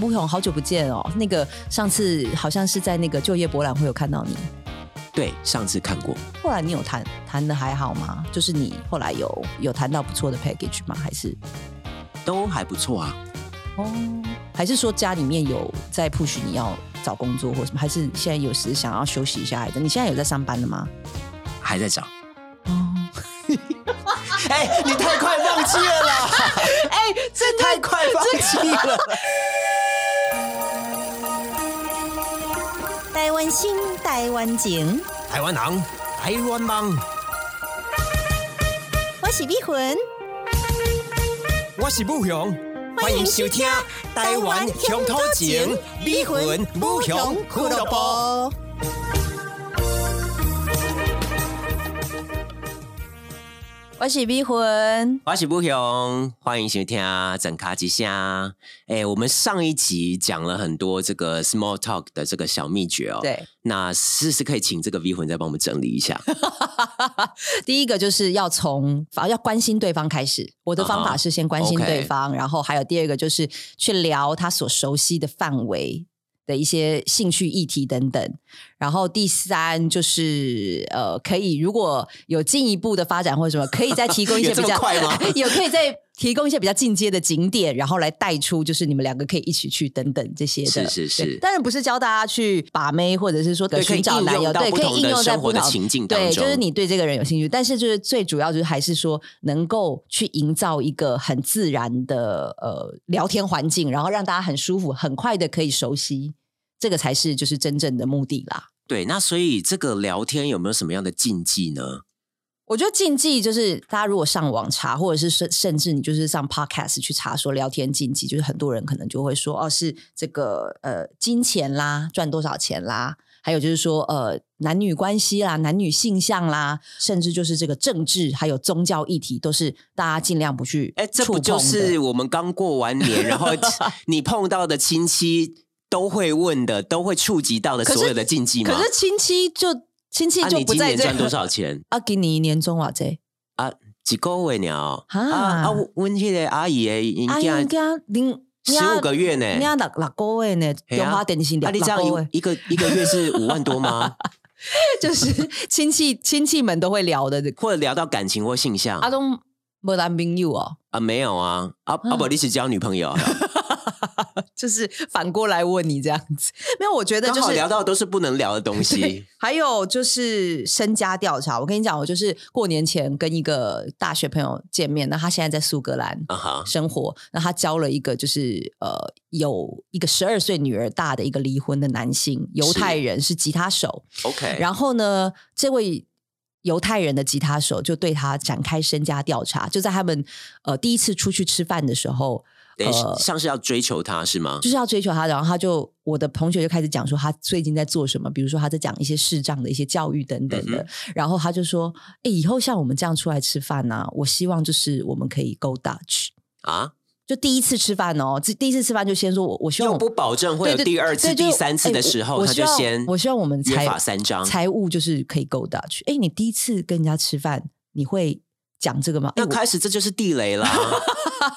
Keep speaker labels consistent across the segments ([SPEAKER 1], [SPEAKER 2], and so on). [SPEAKER 1] 吴勇，好久不见哦。那个上次好像是在那个就业博览会有看到你，
[SPEAKER 2] 对，上次看过，
[SPEAKER 1] 后来你有谈谈的还好吗？就是你后来有有谈到不错的 package 吗？还是
[SPEAKER 2] 都还不错啊。
[SPEAKER 1] 哦，还是说家里面有在 push 你要找工作或什么？还是现在有时想要休息一下来的？你现在有在上班的吗？
[SPEAKER 2] 还在找。
[SPEAKER 1] 哦，
[SPEAKER 2] 哎、你太快放弃了 啦！
[SPEAKER 1] 哎、真的
[SPEAKER 2] 太快放弃了。
[SPEAKER 3] 台湾心，台湾情，
[SPEAKER 2] 台湾人，台湾梦，
[SPEAKER 3] 我是碧魂。
[SPEAKER 2] 我是武雄，
[SPEAKER 3] 欢迎收听台湾乡土情
[SPEAKER 2] 美
[SPEAKER 3] 魂
[SPEAKER 2] 武
[SPEAKER 3] 雄俱乐
[SPEAKER 2] 部。
[SPEAKER 1] 我是逼婚，
[SPEAKER 2] 我是武雄，欢迎收听整卡吉祥。哎、我们上一集讲了很多这个 small talk 的这个小秘诀哦。，
[SPEAKER 1] 对，
[SPEAKER 2] 那是不是可以请这个 V 魂再帮我们整理一下？
[SPEAKER 1] 第一个就是要从反要关心对方开始。我的方
[SPEAKER 2] 啊哈
[SPEAKER 1] 法是先关心
[SPEAKER 2] OK
[SPEAKER 1] 对方然后还有第二个就是去聊他所熟悉的范围的一些兴趣议题等等。然后第三就是呃，可以如果有进一步的发展或者什么，可以再提供一些
[SPEAKER 2] 有这
[SPEAKER 1] 比
[SPEAKER 2] 么
[SPEAKER 1] 较
[SPEAKER 2] 快吗
[SPEAKER 1] 有可以再提供一些比较进阶的景点，然后来带出就是你们两个可以一起去等等这些的。
[SPEAKER 2] 是是是
[SPEAKER 1] 对当然不是教大家去把妹，或者是说
[SPEAKER 2] 对，可以
[SPEAKER 1] 寻找
[SPEAKER 2] 应
[SPEAKER 1] 男友，
[SPEAKER 2] 用到
[SPEAKER 1] 对，
[SPEAKER 2] 不
[SPEAKER 1] 可以
[SPEAKER 2] 同
[SPEAKER 1] 应
[SPEAKER 2] 的
[SPEAKER 1] 用在
[SPEAKER 2] 生
[SPEAKER 1] 不
[SPEAKER 2] 活的
[SPEAKER 1] 同
[SPEAKER 2] 情境当中。
[SPEAKER 1] 对，就是你对这个人有兴趣，但是就是最主要就是还是说能够去营造一个很自然的呃聊天环境，然后让大家很舒服，很快的可以熟悉，这个才是就是真正的目的啦。
[SPEAKER 2] 对，那所以这个聊天有没有什么样的禁忌呢？
[SPEAKER 1] 我觉得禁忌就是大家如果上网查，或者是甚甚至你就是上 podcast 去查说聊天禁忌，就是很多人可能就会说哦是这个呃金钱啦，赚多少钱啦，还有就是说呃男女关系啦，男女性向啦，甚至就是这个政治还有宗教议题，都是大家尽量不去
[SPEAKER 2] 哎，这
[SPEAKER 1] 触
[SPEAKER 2] 不
[SPEAKER 1] 碰的。
[SPEAKER 2] 就是我们刚过完年， 然后你碰到的亲戚都会问的，都会触及到的
[SPEAKER 1] 可是
[SPEAKER 2] 所有的禁忌吗？
[SPEAKER 1] 可是亲戚就亲戚
[SPEAKER 2] 啊，
[SPEAKER 1] 就
[SPEAKER 2] 你
[SPEAKER 1] 不
[SPEAKER 2] 今
[SPEAKER 1] 在
[SPEAKER 2] 年
[SPEAKER 1] 这
[SPEAKER 2] 赚多少 钱？
[SPEAKER 1] 啊，给你一年终啊这
[SPEAKER 2] 几个月了？
[SPEAKER 1] 啊
[SPEAKER 2] 啊啊，温迄个阿姨的因
[SPEAKER 1] 啊应
[SPEAKER 2] 囝
[SPEAKER 1] 该零
[SPEAKER 2] 十五个月呢，
[SPEAKER 1] 你要六六个月呢，
[SPEAKER 2] 嘿啊
[SPEAKER 1] 中华电信
[SPEAKER 2] 啊，
[SPEAKER 1] 六
[SPEAKER 2] 你
[SPEAKER 1] 六
[SPEAKER 2] 这样
[SPEAKER 1] 个月。
[SPEAKER 2] 一一个一个月是五万多吗？
[SPEAKER 1] 就是 亲戚亲戚们都会聊的。
[SPEAKER 2] 或者聊到感情或性向
[SPEAKER 1] 阿东没男朋友哦，
[SPEAKER 2] 啊？没有啊，啊啊不，你是交女朋友啊，
[SPEAKER 1] 就是反过来问你这样子。没有，我觉得
[SPEAKER 2] 刚
[SPEAKER 1] 就
[SPEAKER 2] 好
[SPEAKER 1] 是
[SPEAKER 2] 聊到都是不能聊的东 西
[SPEAKER 1] 对。还有就是身家调查。我跟你讲，我就是过年前跟一个大学朋友见面，那他现在在苏格兰。
[SPEAKER 2] 啊哈，
[SPEAKER 1] 生活，那他交了一个就是呃有一个十二岁女儿大的一个离婚的男性，犹太人是吉他手，
[SPEAKER 2] OK，
[SPEAKER 1] 然后呢，这位犹太人的吉他手就对他展开身家调查，就在他们呃第一次出去吃饭的时候，
[SPEAKER 2] 等于
[SPEAKER 1] 呃
[SPEAKER 2] 是像是要追求他是吗？
[SPEAKER 1] 就是要追求他，然后他就我的同学就开始讲说他最近在做什么，比如说他在讲一些视障的一些教育等等的，
[SPEAKER 2] 嗯
[SPEAKER 1] 然后他就说，哎，以后像我们这样出来吃饭呢、我希望就是我们可以 go Dutch。
[SPEAKER 2] 啊，
[SPEAKER 1] 就第一次吃饭哦，这第一次吃饭就先说我我希望
[SPEAKER 2] 又
[SPEAKER 1] 我
[SPEAKER 2] 不保证会有
[SPEAKER 1] 对对
[SPEAKER 2] 第二次、
[SPEAKER 1] 对就
[SPEAKER 2] 第三次
[SPEAKER 1] 哎
[SPEAKER 2] 的
[SPEAKER 1] 我
[SPEAKER 2] 时候，
[SPEAKER 1] 我
[SPEAKER 2] 他
[SPEAKER 1] 希
[SPEAKER 2] 就
[SPEAKER 1] 望
[SPEAKER 2] 先
[SPEAKER 1] 我希望我们
[SPEAKER 2] 约
[SPEAKER 1] 财
[SPEAKER 2] 法三章。
[SPEAKER 1] 财务就是可以勾搭去。哎，你第一次跟人家吃饭，你会讲这个吗？哎
[SPEAKER 2] 那，开始这就是地雷 啦。
[SPEAKER 1] 我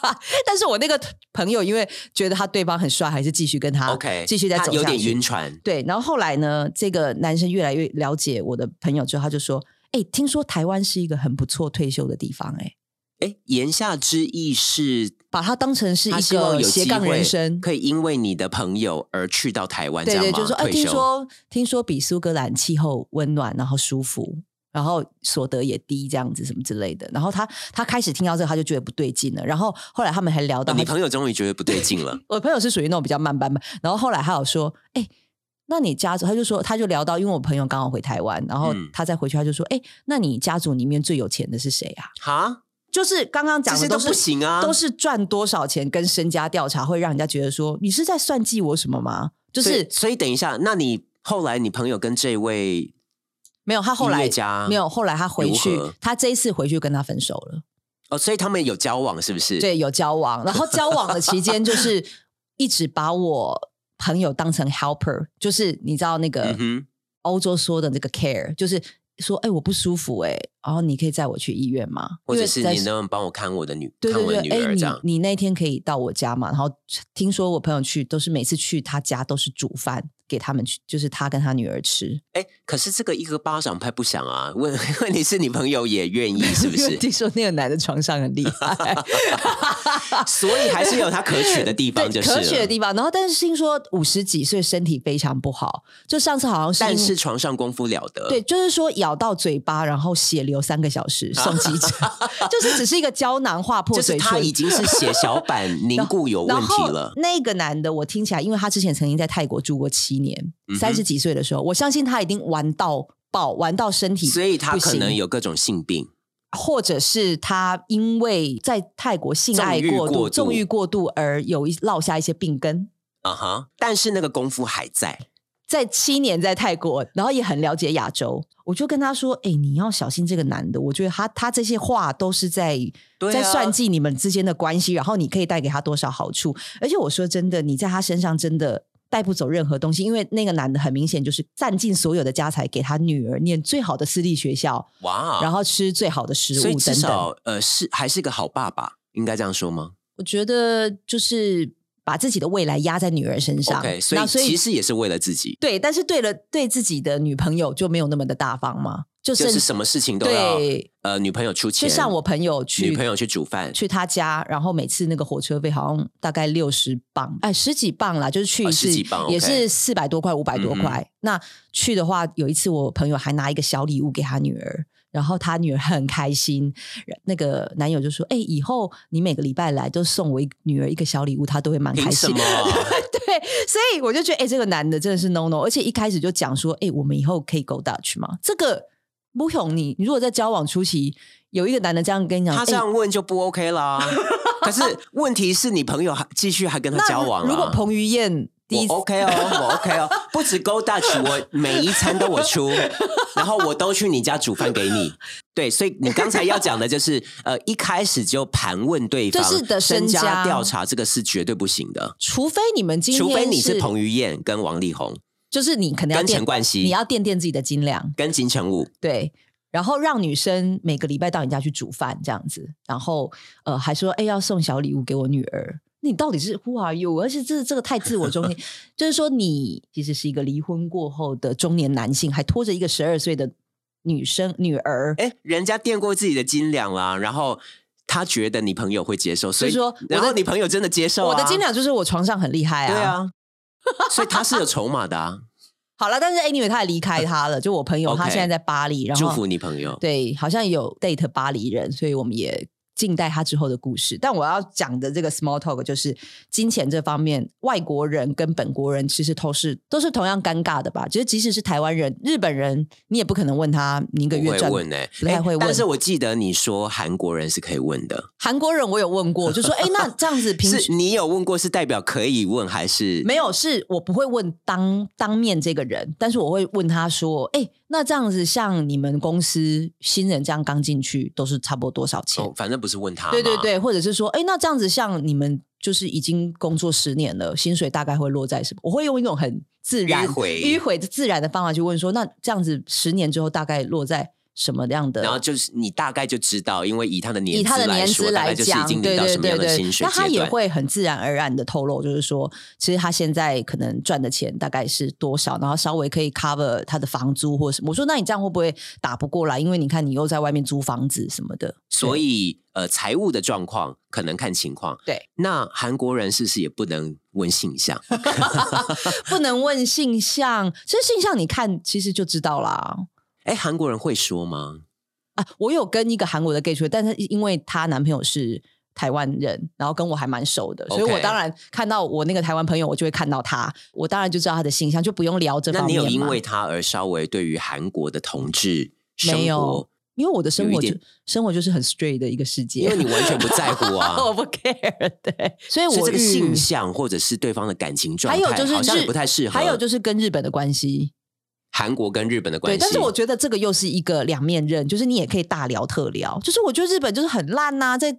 [SPEAKER 1] 但是我那个朋友因为觉得他对方很帅，还是继续跟他
[SPEAKER 2] OK，
[SPEAKER 1] 继续再
[SPEAKER 2] 他
[SPEAKER 1] 走
[SPEAKER 2] 有
[SPEAKER 1] 下
[SPEAKER 2] 点
[SPEAKER 1] 去
[SPEAKER 2] 晕船。
[SPEAKER 1] 对，然后后来呢，这个男生越来越了解我的朋友之后，他就说：“哎，听说台湾是一个很不错退休的地方、哎，
[SPEAKER 2] 哎，言下之意是，
[SPEAKER 1] 把它当成是
[SPEAKER 2] 他
[SPEAKER 1] 一
[SPEAKER 2] 希望
[SPEAKER 1] 个
[SPEAKER 2] 有
[SPEAKER 1] 斜
[SPEAKER 2] 机
[SPEAKER 1] 杠
[SPEAKER 2] 会
[SPEAKER 1] 人生。”
[SPEAKER 2] 可以因为你的朋友而去到台湾，
[SPEAKER 1] 对
[SPEAKER 2] 这
[SPEAKER 1] 对，
[SPEAKER 2] 样吗
[SPEAKER 1] 就说哎，
[SPEAKER 2] 退
[SPEAKER 1] 听
[SPEAKER 2] 休
[SPEAKER 1] 说听说比苏格兰气候温暖，然后舒服，然后所得也低，这样子什么之类的。然后他他开始听到这个，他就觉得不对劲了。然后后来他们呃还聊到
[SPEAKER 2] 哦
[SPEAKER 1] 他，。
[SPEAKER 2] 你朋友终于觉得不对劲了
[SPEAKER 1] 我朋友是属于那种比较慢半拍，然后后来他有说，哎。那你家族，他就说，他就聊到，因为我朋友刚好回台湾，然后
[SPEAKER 2] 嗯
[SPEAKER 1] 他再回去，他就说，哎、那你家族里面最有钱的是谁啊？
[SPEAKER 2] 哈，
[SPEAKER 1] 就是刚刚
[SPEAKER 2] 这
[SPEAKER 1] 讲
[SPEAKER 2] 些
[SPEAKER 1] 的
[SPEAKER 2] 都
[SPEAKER 1] 是
[SPEAKER 2] 不行啊，
[SPEAKER 1] 都是赚多少钱跟身家调查，会让人家觉得说，你是在算计我什么吗？就
[SPEAKER 2] 所以
[SPEAKER 1] 是
[SPEAKER 2] 所以等一下，那你后来你朋友跟这位
[SPEAKER 1] 没有，他后
[SPEAKER 2] 音
[SPEAKER 1] 来
[SPEAKER 2] 乐家
[SPEAKER 1] 没有，后来他回去
[SPEAKER 2] 如何，
[SPEAKER 1] 他这一次回去跟他分手了，
[SPEAKER 2] 哦，所以他们有交往是不是？，
[SPEAKER 1] 对，有交往，然后交往的期间就是 一直把我朋友当成 helper，就是你知道那个
[SPEAKER 2] 嗯哼，
[SPEAKER 1] 欧洲说的那个 care，就是说，哎、我不舒服、哎，然后你可以载我去医院吗？
[SPEAKER 2] 或者是
[SPEAKER 1] 因为
[SPEAKER 2] 你
[SPEAKER 1] 在
[SPEAKER 2] 能不能帮我看我的女，
[SPEAKER 1] 对
[SPEAKER 2] 看我的
[SPEAKER 1] 对
[SPEAKER 2] 女
[SPEAKER 1] 对，
[SPEAKER 2] 儿这
[SPEAKER 1] 你
[SPEAKER 2] 样？
[SPEAKER 1] 你那天可以到我家嘛？然后听说我朋友去都是每次去他家都是煮饭给他们去，就是他跟他女儿吃，
[SPEAKER 2] 哎，可是这个一个巴掌拍不响啊！问 问题是你朋友也愿意 是 不是？
[SPEAKER 1] 听说那个男的床上很厉 害，
[SPEAKER 2] 所以还是有他可取的地方就是
[SPEAKER 1] 啊对可取的
[SPEAKER 2] 了。
[SPEAKER 1] 地方。然后，但是听说五十几岁身体非常不好，就上次好像是因
[SPEAKER 2] 但
[SPEAKER 1] 为
[SPEAKER 2] 是床上功夫了得，
[SPEAKER 1] 对，，就是说咬到嘴巴，然后血流三个小时送急 诊，就是只是一个胶囊划破
[SPEAKER 2] 就是
[SPEAKER 1] 嘴
[SPEAKER 2] 他
[SPEAKER 1] 唇。
[SPEAKER 2] 已经是血小板 凝固有问
[SPEAKER 1] 然
[SPEAKER 2] 题
[SPEAKER 1] 后
[SPEAKER 2] 了。
[SPEAKER 1] 那个男的，我听起来，因为他之前曾经在泰国住过七年
[SPEAKER 2] 嗯哼，
[SPEAKER 1] 三十、几岁的时候，我相信他已经玩到爆，玩到身体不行，
[SPEAKER 2] 所以他可能有各种性病，
[SPEAKER 1] 或者是他因为在泰国性爱
[SPEAKER 2] 纵欲
[SPEAKER 1] 过
[SPEAKER 2] 过度
[SPEAKER 1] 度、纵欲过度而有一落下一些病根。
[SPEAKER 2] 啊哈！但是那个功夫还在，
[SPEAKER 1] 在七年在泰国，然后也很了解亚洲，我就跟他说：“哎、你要小心这个男的。”我觉得他他这些话都是在、
[SPEAKER 2] 对啊
[SPEAKER 1] 在算计你们之间的关系，然后你可以带给他多少好处。而且我说真的，你在他身上真的带不走任何东西，因为那个男的很明显就是占尽所有的家财，给他女儿念最好的私立学校，
[SPEAKER 2] 哇！哦
[SPEAKER 1] 然后吃最好的食
[SPEAKER 2] 所以
[SPEAKER 1] 物
[SPEAKER 2] 至
[SPEAKER 1] 等等。
[SPEAKER 2] 少呃是还是个好爸爸，应该这样说吗
[SPEAKER 1] 我觉得就是把自己的未来压在女儿身上。
[SPEAKER 2] ？OK，所
[SPEAKER 1] 那
[SPEAKER 2] 以其实也是为了自己，
[SPEAKER 1] 对，但是对了，对自己的女朋友就没有那么的大方嘛，就
[SPEAKER 2] 就是是什么事情都要
[SPEAKER 1] 对，
[SPEAKER 2] 呃女朋友
[SPEAKER 1] 就
[SPEAKER 2] 出钱，
[SPEAKER 1] 像我朋友
[SPEAKER 2] 女
[SPEAKER 1] 去
[SPEAKER 2] 朋友去煮饭，
[SPEAKER 1] 去他家，然后每次那个火车费好像大概六十磅，哎，十几磅啦，就是去
[SPEAKER 2] 哦
[SPEAKER 1] 一
[SPEAKER 2] 十
[SPEAKER 1] 次、
[SPEAKER 2] 几磅
[SPEAKER 1] 也
[SPEAKER 2] OK 嗯
[SPEAKER 1] 是四百多块、五百多块。那去的话，有一次我朋友还拿一个小礼物给他女儿。然后他女儿很开心，那个男友就说：“哎、以后你每个礼拜来都送我一女儿一个小礼物，她都会蛮开
[SPEAKER 2] 凭什
[SPEAKER 1] 心。”
[SPEAKER 2] 么？
[SPEAKER 1] 对，所以我就觉得，哎、这个男的真的是 no no，而且一开始就讲说，哎、我们以后可以 go Dutch 吗？这个不用你，你如果在交往初期有一个男的这样跟你讲，哎
[SPEAKER 2] 他这
[SPEAKER 1] 诶
[SPEAKER 2] 样问就不 OK 啦。可是问题是你朋友还继续还跟他
[SPEAKER 1] 那
[SPEAKER 2] 交往、啊、
[SPEAKER 1] 如果彭于晏第一
[SPEAKER 2] 我 OK 哦，我 OK 哦，不止 Go Dutch，我每一餐都我出，然后我都去你家煮饭给你。对，所以你刚才要讲的就是，呃，一开始就盘问对方，
[SPEAKER 1] 就是的
[SPEAKER 2] 身
[SPEAKER 1] 身家
[SPEAKER 2] 家调查这个是绝对不行的，
[SPEAKER 1] 除非你们今天
[SPEAKER 2] 除非你是彭于晏跟王力宏
[SPEAKER 1] 就是你可能要
[SPEAKER 2] 跟陈
[SPEAKER 1] 垫，
[SPEAKER 2] 冠希
[SPEAKER 1] 你要垫垫自己的斤两，
[SPEAKER 2] 跟金城武，
[SPEAKER 1] 对。然后让女生每个礼拜到你家去煮饭这样子，然后呃还说哎要送小礼物给我女儿，你到底是 who are you？而且这这个太自我中心，就是说你其实是一个离婚过后的中年男性，还拖着一个十二岁的女生女儿，
[SPEAKER 2] 哎，人家垫过自己的斤两啦，然后。他觉得你朋友会接受，所以
[SPEAKER 1] 就是说我的
[SPEAKER 2] 然后你朋友真的接受、啊，
[SPEAKER 1] 我的斤两就是我床上很厉害
[SPEAKER 2] 对啊，所以他是有筹码的啊。
[SPEAKER 1] 好了，但是 anyway 他也离开他了，就我朋友
[SPEAKER 2] OK
[SPEAKER 1] 他现在在巴黎， 然后
[SPEAKER 2] 祝福你朋友。
[SPEAKER 1] 对，好像有 date 巴黎人，所以我们也静待他之后的故事。但我要讲的这个 small talk 就是金钱这方面，外国人跟本国人其实都是都是同样尴尬的吧？就是即使是台湾人、日本人，你也不可能问他你一个
[SPEAKER 2] 不
[SPEAKER 1] 月
[SPEAKER 2] 会
[SPEAKER 1] 赚。
[SPEAKER 2] 问哎、
[SPEAKER 1] 不太
[SPEAKER 2] 哎
[SPEAKER 1] 会
[SPEAKER 2] 但
[SPEAKER 1] 问
[SPEAKER 2] 是我记得你说韩国人是可以问的，
[SPEAKER 1] 韩国人我有问过，就 说哎，那这样子平
[SPEAKER 2] 是
[SPEAKER 1] 时
[SPEAKER 2] 你有问过是代表可以问还是
[SPEAKER 1] 没有，是我不会问当当面这个人，但是我会问他说，哎，那这样子像你们公司新人这样刚进去，都是差不多多少钱？
[SPEAKER 2] 哦，反正不是问他。
[SPEAKER 1] 对对，对，或者是说，哎，那这样子像你们就是已经工作十年了，薪水大概会落在什么？我会用一种很自然、
[SPEAKER 2] 迂回
[SPEAKER 1] 迂回的自然的方法去问说，那这样子十年之后大概落在什么样的？
[SPEAKER 2] 然后就是你大概就知道，因为以他的年
[SPEAKER 1] 以他的年
[SPEAKER 2] 说
[SPEAKER 1] 资
[SPEAKER 2] 大概
[SPEAKER 1] 来
[SPEAKER 2] 就是
[SPEAKER 1] 讲
[SPEAKER 2] 已，经领
[SPEAKER 1] 对
[SPEAKER 2] 到
[SPEAKER 1] 对
[SPEAKER 2] 什么
[SPEAKER 1] 对
[SPEAKER 2] 样的
[SPEAKER 1] 对
[SPEAKER 2] 薪，水
[SPEAKER 1] 那
[SPEAKER 2] 阶段。
[SPEAKER 1] 他也会很自然而然的透露，就是说，其实他现在可能赚的钱大概是多少，然后稍微可以 cover 他的房租或什么。我说，那你这样会不会打不过来？因为你看你又在外面租房子什么的，
[SPEAKER 2] 所以呃，财务的状况可能看情况。
[SPEAKER 1] 对，
[SPEAKER 2] 那韩国人是不是也不能问性向？
[SPEAKER 1] 不能问性向，其实性向你看其实就知道啦。
[SPEAKER 2] 哎，韩国人会说吗？
[SPEAKER 1] 啊，我有跟一个韩国的 gay 出去，但是因为她男朋友是台湾人，然后跟我还蛮熟的，所以
[SPEAKER 2] OK
[SPEAKER 1] 我当然看到我那个台湾朋友，我就会看到他，我当然就知道他的性向，就不用聊这
[SPEAKER 2] 那
[SPEAKER 1] 方
[SPEAKER 2] 你
[SPEAKER 1] 面
[SPEAKER 2] 有
[SPEAKER 1] 嘛。
[SPEAKER 2] 因为他而稍微对于韩国的同志
[SPEAKER 1] 没
[SPEAKER 2] 生活
[SPEAKER 1] 有，因为我的生
[SPEAKER 2] 有一
[SPEAKER 1] 活就
[SPEAKER 2] 点
[SPEAKER 1] 生活就是很 straight 的一个世界，
[SPEAKER 2] 因为你完全不在乎啊，
[SPEAKER 1] 我不 care，对，所以
[SPEAKER 2] 所以
[SPEAKER 1] 我
[SPEAKER 2] 这个
[SPEAKER 1] 遇
[SPEAKER 2] 性向或者是对方的感情状
[SPEAKER 1] 还
[SPEAKER 2] 态，
[SPEAKER 1] 有就是
[SPEAKER 2] 好像也
[SPEAKER 1] 日
[SPEAKER 2] 不太适合。
[SPEAKER 1] 还有就是跟日本的关系，
[SPEAKER 2] 韩国跟日本的关
[SPEAKER 1] 对，
[SPEAKER 2] 系，
[SPEAKER 1] 但是我觉得这个又是一个两面刃，就是你也可以大聊特聊。就是我觉得日本就是很烂呐、在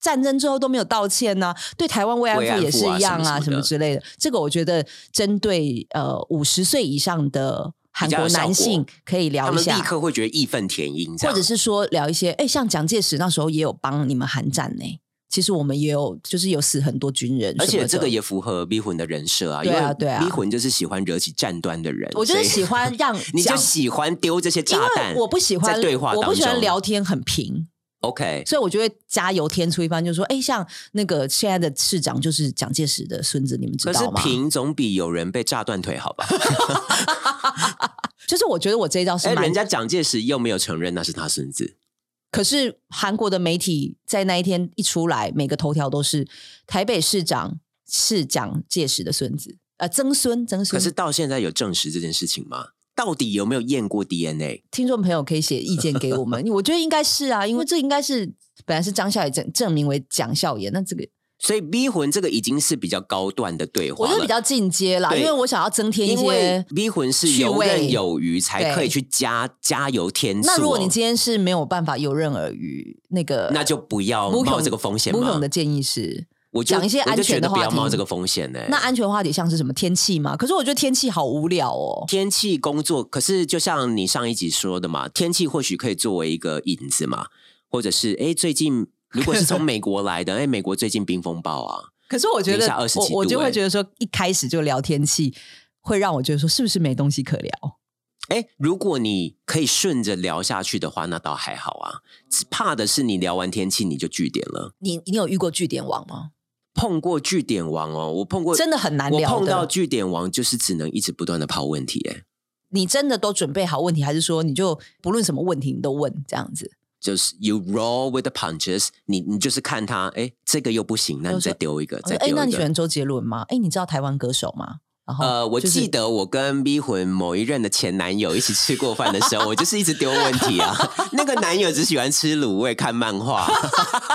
[SPEAKER 1] 战争之后都没有道歉呐、对台湾慰安
[SPEAKER 2] 慰安
[SPEAKER 1] 妇
[SPEAKER 2] 妇
[SPEAKER 1] 也是一样啊，
[SPEAKER 2] 啊什么什么的
[SPEAKER 1] 什么之类的。这个我觉得针对呃五十岁以上的韩国男性可以
[SPEAKER 2] 他
[SPEAKER 1] 聊一
[SPEAKER 2] 们
[SPEAKER 1] 下
[SPEAKER 2] 立，刻会觉得义愤填膺
[SPEAKER 1] 或
[SPEAKER 2] 这样，
[SPEAKER 1] 者是说聊一些，哎，像蒋介石那时候也有帮你们韩战呢、其实我们也有，就是有死很多军人，
[SPEAKER 2] 而且这个。也符合逼魂的人设啊，因
[SPEAKER 1] 对
[SPEAKER 2] 为
[SPEAKER 1] 啊对啊
[SPEAKER 2] 逼魂就是喜欢惹起战端的人，
[SPEAKER 1] 我就是
[SPEAKER 2] 所以
[SPEAKER 1] 喜欢让
[SPEAKER 2] 你就
[SPEAKER 1] 讲
[SPEAKER 2] 喜欢丢这些炸
[SPEAKER 1] 因
[SPEAKER 2] 弹，
[SPEAKER 1] 为我不喜欢
[SPEAKER 2] 在对话当
[SPEAKER 1] 我
[SPEAKER 2] 中
[SPEAKER 1] 不喜欢聊天很平，
[SPEAKER 2] OK，
[SPEAKER 1] 所以我就会加油添醋一番，就说：“哎，像那个现在的市长就是蒋介石的孙子，你们知
[SPEAKER 2] 可是
[SPEAKER 1] 道吗？”
[SPEAKER 2] 平总比有人被炸断腿好吧？
[SPEAKER 1] 就是我觉得我这一招是
[SPEAKER 2] 哎，
[SPEAKER 1] 蛮
[SPEAKER 2] 人家蒋介石又没有承认那是他孙子，
[SPEAKER 1] 可是韩国的媒体在那一天一出来，每个头条都是台北市长是蒋介石的孙子，呃，曾孙，曾
[SPEAKER 2] 可
[SPEAKER 1] 孙。
[SPEAKER 2] 是到现在有证实这件事情吗？到底有没有验过 DNA？
[SPEAKER 1] 听众朋友可以写意见给我 们，我觉得应该是啊，因为这应该是本来是张孝也证证明为蒋孝严，那这 个
[SPEAKER 2] 所以逼魂这个已经是比较高段的对
[SPEAKER 1] 我
[SPEAKER 2] 话
[SPEAKER 1] 觉
[SPEAKER 2] 了，
[SPEAKER 1] 得比较进阶啦，
[SPEAKER 2] 对
[SPEAKER 1] 因为我想要增添一
[SPEAKER 2] 因为
[SPEAKER 1] 些。
[SPEAKER 2] 逼魂是
[SPEAKER 1] 趣
[SPEAKER 2] 游
[SPEAKER 1] 味
[SPEAKER 2] 刃有余，才可以
[SPEAKER 1] 对
[SPEAKER 2] 去加加油添醋哦、
[SPEAKER 1] 那如果你今天是没有办法游刃而余，那个
[SPEAKER 2] 那就不要冒这个风险
[SPEAKER 1] 吴勇
[SPEAKER 2] 嘛。
[SPEAKER 1] 的建议是，
[SPEAKER 2] 我就
[SPEAKER 1] 讲一些安全的
[SPEAKER 2] 我就觉得
[SPEAKER 1] 话
[SPEAKER 2] 不要冒
[SPEAKER 1] 题
[SPEAKER 2] 这个风险欸呢、
[SPEAKER 1] 那安全话题像是什么天气吗？可是我觉得天气好无聊哦。
[SPEAKER 2] 天气工作，可是就像你上一集说的嘛，天气或许可以作为一个引子嘛，或者是哎，诶最近如果是从美国来的，哎， 美国最近冰风暴啊，
[SPEAKER 1] 可是我觉得
[SPEAKER 2] 零下27
[SPEAKER 1] 我，
[SPEAKER 2] 度
[SPEAKER 1] 我就
[SPEAKER 2] 欸
[SPEAKER 1] 会觉得说，一开始就聊天气，会让我觉得说，是不是没东西可聊？
[SPEAKER 2] 哎，如果你可以顺着聊下去的话，那倒还好啊。只怕的是你聊完天气你就据点了，
[SPEAKER 1] 你你有遇过据点王吗？
[SPEAKER 2] 碰过据点王哦，我碰过，
[SPEAKER 1] 真的很难
[SPEAKER 2] 我
[SPEAKER 1] 聊
[SPEAKER 2] 碰到
[SPEAKER 1] 的。
[SPEAKER 2] 据点王就是只能一直不断的抛问题，哎，
[SPEAKER 1] 你真的都准备好问题，还是说你就不论什么问题你都问这样子？
[SPEAKER 2] 就是 you roll with the punches，你你就是看他，哎，这个又不行，那你
[SPEAKER 1] 就是
[SPEAKER 2] 再丢一个，
[SPEAKER 1] 我说
[SPEAKER 2] 再丢
[SPEAKER 1] 哎
[SPEAKER 2] 一，个。
[SPEAKER 1] 那你喜欢周杰伦吗？哎，你知道台湾歌手吗？然后、
[SPEAKER 2] 呃，我
[SPEAKER 1] 哦就是
[SPEAKER 2] 记得我跟逼魂某一任的前男友一起吃过饭的时候，我就是一直丢问题啊。那个男友只喜欢吃卤味、看漫画，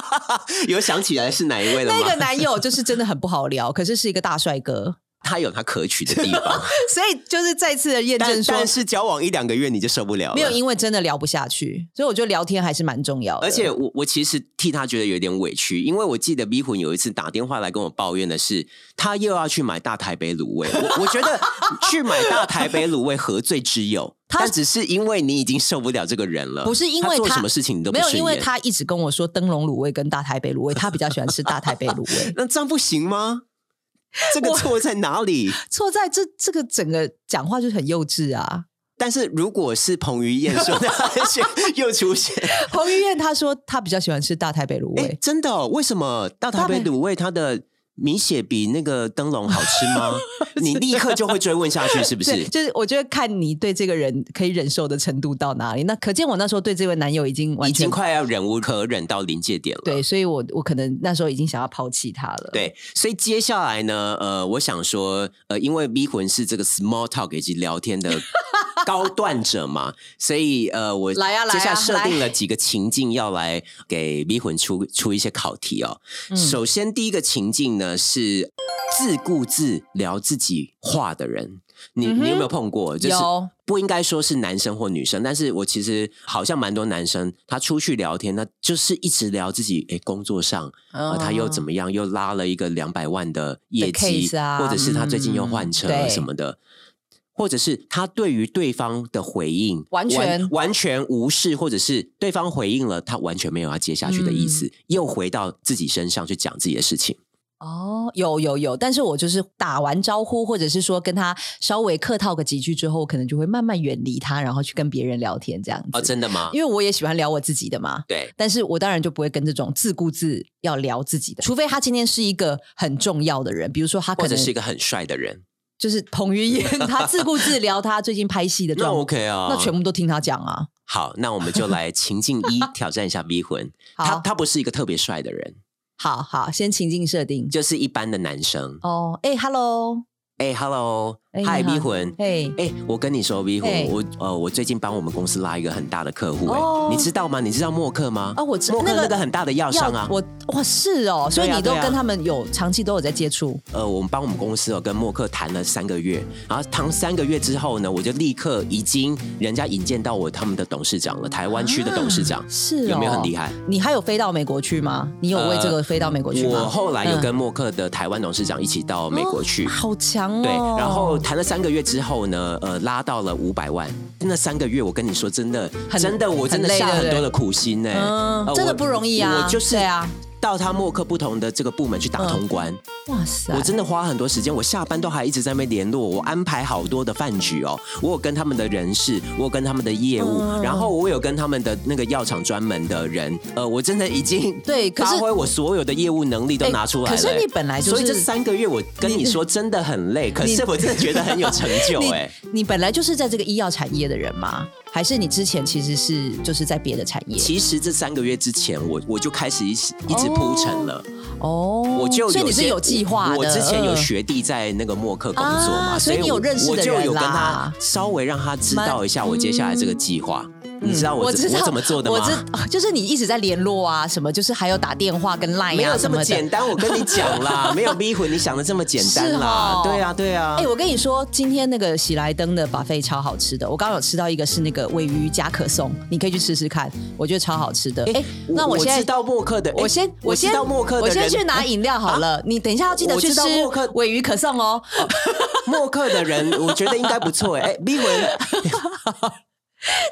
[SPEAKER 2] 有想起来是哪一位了吗？
[SPEAKER 1] 那个男友就是真的很不好聊，可是是一个大帅哥，
[SPEAKER 2] 他有他可取的地方，
[SPEAKER 1] 所以 就是再次的验
[SPEAKER 2] 但
[SPEAKER 1] 证说
[SPEAKER 2] 但是交往一两个月你就受不了了。
[SPEAKER 1] 没有，因为真的聊不下去，所以我觉得聊天还是蛮重要的。
[SPEAKER 2] 而且我我其实替他觉得有点委屈，因为我记得 B 魂有一次打电话来跟我抱怨的是，他又要去买大台北卤味。我我觉 得去买大台北卤味何罪之有？
[SPEAKER 1] 他
[SPEAKER 2] 但只是因为你已经受不了这个人了，
[SPEAKER 1] 不是因为
[SPEAKER 2] 他做
[SPEAKER 1] 他
[SPEAKER 2] 什么事情你都不
[SPEAKER 1] 没有，
[SPEAKER 2] 顺眼。
[SPEAKER 1] 因为他一直跟我说灯笼卤味跟大台北卤味，他比较喜欢吃大台北卤味
[SPEAKER 2] 那这样不行吗？这个
[SPEAKER 1] 我
[SPEAKER 2] 错在哪 里？
[SPEAKER 1] 错在这这个整个讲话就是很幼稚啊。
[SPEAKER 2] 但是如果是彭于晏 说的，而且又出现，
[SPEAKER 1] 彭于晏他说他比较喜欢吃大台北卤
[SPEAKER 2] 哎、
[SPEAKER 1] 味，
[SPEAKER 2] 真的、哦？为什么大台北卤味它的米血比那个灯笼好吃 吗？你立刻就会追问下去，是不
[SPEAKER 1] 对，
[SPEAKER 2] 是？
[SPEAKER 1] 就是我觉得看你对这个人可以忍受的程度到哪里。那可见我那时候对这位男友已经完
[SPEAKER 2] 已
[SPEAKER 1] 全
[SPEAKER 2] 经快要忍无可忍到临界点了。
[SPEAKER 1] 对，所以我我可能那时候已经想要抛弃他了。，
[SPEAKER 2] 对，所以接下来呢，呃，我想说，呃，因为逼魂是这个 small talk 以及聊天的高段者嘛， 所以呃，我
[SPEAKER 1] 来啊来啊
[SPEAKER 2] 接下来设定了几个情境要来给逼魂出出一些考题哦。
[SPEAKER 1] 嗯
[SPEAKER 2] 首先第一个情境呢是自顾自聊自己话的人。你
[SPEAKER 1] 嗯哼
[SPEAKER 2] 你有没有碰过？就是
[SPEAKER 1] 有
[SPEAKER 2] 不应该说是男生或女生，但是我其实好像蛮多男生，他出去聊天，那就是一直聊自己诶工作上啊、他又怎
[SPEAKER 1] 么？
[SPEAKER 2] 么样？又拉了一个两百万的业
[SPEAKER 1] 嗯的
[SPEAKER 2] 绩，
[SPEAKER 1] case 啊
[SPEAKER 2] 或者是他最近又换车
[SPEAKER 1] 嗯对
[SPEAKER 2] 什么的，或者是他对于对方的回应
[SPEAKER 1] 完全
[SPEAKER 2] 完全无视，或者是对方回应了，他完全没有要接下去的意
[SPEAKER 1] 嗯
[SPEAKER 2] 思，又回到自己身上去讲自己的事情。
[SPEAKER 1] 哦，有有有，但是我就是打完招呼，或者是说跟他稍微客套个几句之后，我可能就会慢慢远离他，然后去跟别人聊天这样子。
[SPEAKER 2] 哦，真的吗？
[SPEAKER 1] 因为我也喜欢聊我自己的嘛。
[SPEAKER 2] 对，
[SPEAKER 1] 但是我当然就不会跟这种自顾自要聊自己的，除非他今天是一个很重要的人，比如说他可
[SPEAKER 2] 或
[SPEAKER 1] 能
[SPEAKER 2] 者是一个很帅的人，
[SPEAKER 1] 就是 彭于晏，他自顾自聊他最近拍戏的
[SPEAKER 2] 那
[SPEAKER 1] 状况，
[SPEAKER 2] OK 啊，
[SPEAKER 1] 那全部都听他讲啊。
[SPEAKER 2] 好，那我们就来情境 一挑战一下 V 魂，他
[SPEAKER 1] 好，
[SPEAKER 2] 他不是一个特别帅的人，
[SPEAKER 1] 好好，先情境设定。
[SPEAKER 2] 就是一般的男生。
[SPEAKER 1] 哦，哎，Hello，
[SPEAKER 2] 哎，Hello，
[SPEAKER 1] 哎
[SPEAKER 2] 嗨
[SPEAKER 1] 你好
[SPEAKER 2] V 魂，
[SPEAKER 1] 嘿，
[SPEAKER 2] 哎、我跟你说，V
[SPEAKER 1] 嘿
[SPEAKER 2] 我呃，我最近帮我们公司拉一个很大的客户、哎、
[SPEAKER 1] 哦
[SPEAKER 2] 你知道吗？你知道默克吗？
[SPEAKER 1] 哦我知
[SPEAKER 2] 默克
[SPEAKER 1] 那个
[SPEAKER 2] 那个很大的药商啊，
[SPEAKER 1] 我哇是哦，所以
[SPEAKER 2] 对啊
[SPEAKER 1] 你都
[SPEAKER 2] 对啊
[SPEAKER 1] 跟他们有长期都有在接触。
[SPEAKER 2] 呃，我们帮我们公司哦跟默克谈了三个月，然后谈三个月之后呢，我就立刻已经人家引荐到我他们的董事长了，台湾区的董事长，
[SPEAKER 1] 是哦，
[SPEAKER 2] 有没有很厉害？呃
[SPEAKER 1] 你还有飞到美国去吗？你有为这个飞到美国去吗？
[SPEAKER 2] 我后来有
[SPEAKER 1] 嗯
[SPEAKER 2] 跟默克的台湾董事长一起到美国去。
[SPEAKER 1] 好强哦！
[SPEAKER 2] 对，然后谈了三个月之后呢，呃，拉到了五百万。那三个月，我跟你说，真的，
[SPEAKER 1] 很
[SPEAKER 2] 真的，我真的
[SPEAKER 1] 很累
[SPEAKER 2] 下
[SPEAKER 1] 对不
[SPEAKER 2] 很多
[SPEAKER 1] 对
[SPEAKER 2] 的苦心呢、
[SPEAKER 1] 嗯
[SPEAKER 2] 呃
[SPEAKER 1] 真的
[SPEAKER 2] 我
[SPEAKER 1] 不容易啊
[SPEAKER 2] 我就是
[SPEAKER 1] 对啊
[SPEAKER 2] 到他默克不同的这个部门去打
[SPEAKER 1] 嗯
[SPEAKER 2] 通关。
[SPEAKER 1] 哇塞，
[SPEAKER 2] 我真的花很多时间，我下班都还一直在那边联络，我安排好多的饭局哦，我有跟他们的人事，我有跟他们的业务，
[SPEAKER 1] 嗯
[SPEAKER 2] 然后我有跟他们的那个药厂专门的人，呃，我真的已经
[SPEAKER 1] 对可是
[SPEAKER 2] 发挥我所有的业务能力都拿出来了、
[SPEAKER 1] 哎可是你本来就是
[SPEAKER 2] 所以这三个月我跟你说真的很累，可是我真的觉得很有成就哎、
[SPEAKER 1] 你你本来就是在这个医药产业的人吗？还是你之前其实是就是在别的产业？
[SPEAKER 2] 其实这三个月之前我，我就开始一直一直铺陈了，
[SPEAKER 1] 哦，
[SPEAKER 2] 我就有
[SPEAKER 1] 所以你
[SPEAKER 2] 些
[SPEAKER 1] 是有计划的。
[SPEAKER 2] 我之前有
[SPEAKER 1] 嗯
[SPEAKER 2] 学弟在那个默克工作嘛，
[SPEAKER 1] 啊所以你有
[SPEAKER 2] 我
[SPEAKER 1] 认识的人
[SPEAKER 2] 我就有跟
[SPEAKER 1] 啦
[SPEAKER 2] 他稍微让他知
[SPEAKER 1] 蛮
[SPEAKER 2] 道一下我接下来这个计划。你知道我
[SPEAKER 1] 嗯我
[SPEAKER 2] 怎
[SPEAKER 1] 知道
[SPEAKER 2] 我怎么做的
[SPEAKER 1] 我
[SPEAKER 2] 吗？
[SPEAKER 1] 知啊就是你一直在联络啊，什么就是还有打电话跟 Line 啊
[SPEAKER 2] 没有这
[SPEAKER 1] 什么
[SPEAKER 2] 么
[SPEAKER 1] 的
[SPEAKER 2] 简单，我跟你 讲啦，没有逼婚你想的这么简单啦。
[SPEAKER 1] 是哦
[SPEAKER 2] 对啊，对啊
[SPEAKER 1] 哎、。我跟你说，今天那个喜来登的把费超好吃的，我刚刚有吃到一个是那个尾鱼加可颂，你可以去吃吃看，我觉得超好吃的。哎、那
[SPEAKER 2] 我
[SPEAKER 1] 现在
[SPEAKER 2] 知道默克的，哎
[SPEAKER 1] 我先，
[SPEAKER 2] 我
[SPEAKER 1] 先
[SPEAKER 2] 知道默克的
[SPEAKER 1] 我
[SPEAKER 2] 人，
[SPEAKER 1] 先去拿饮料好了。你等一下要记得
[SPEAKER 2] 我
[SPEAKER 1] 去
[SPEAKER 2] 知
[SPEAKER 1] 吃
[SPEAKER 2] 道默克
[SPEAKER 1] 尾鱼可颂哦。
[SPEAKER 2] 默克的人，我觉得应该不错哎。哎逼婚，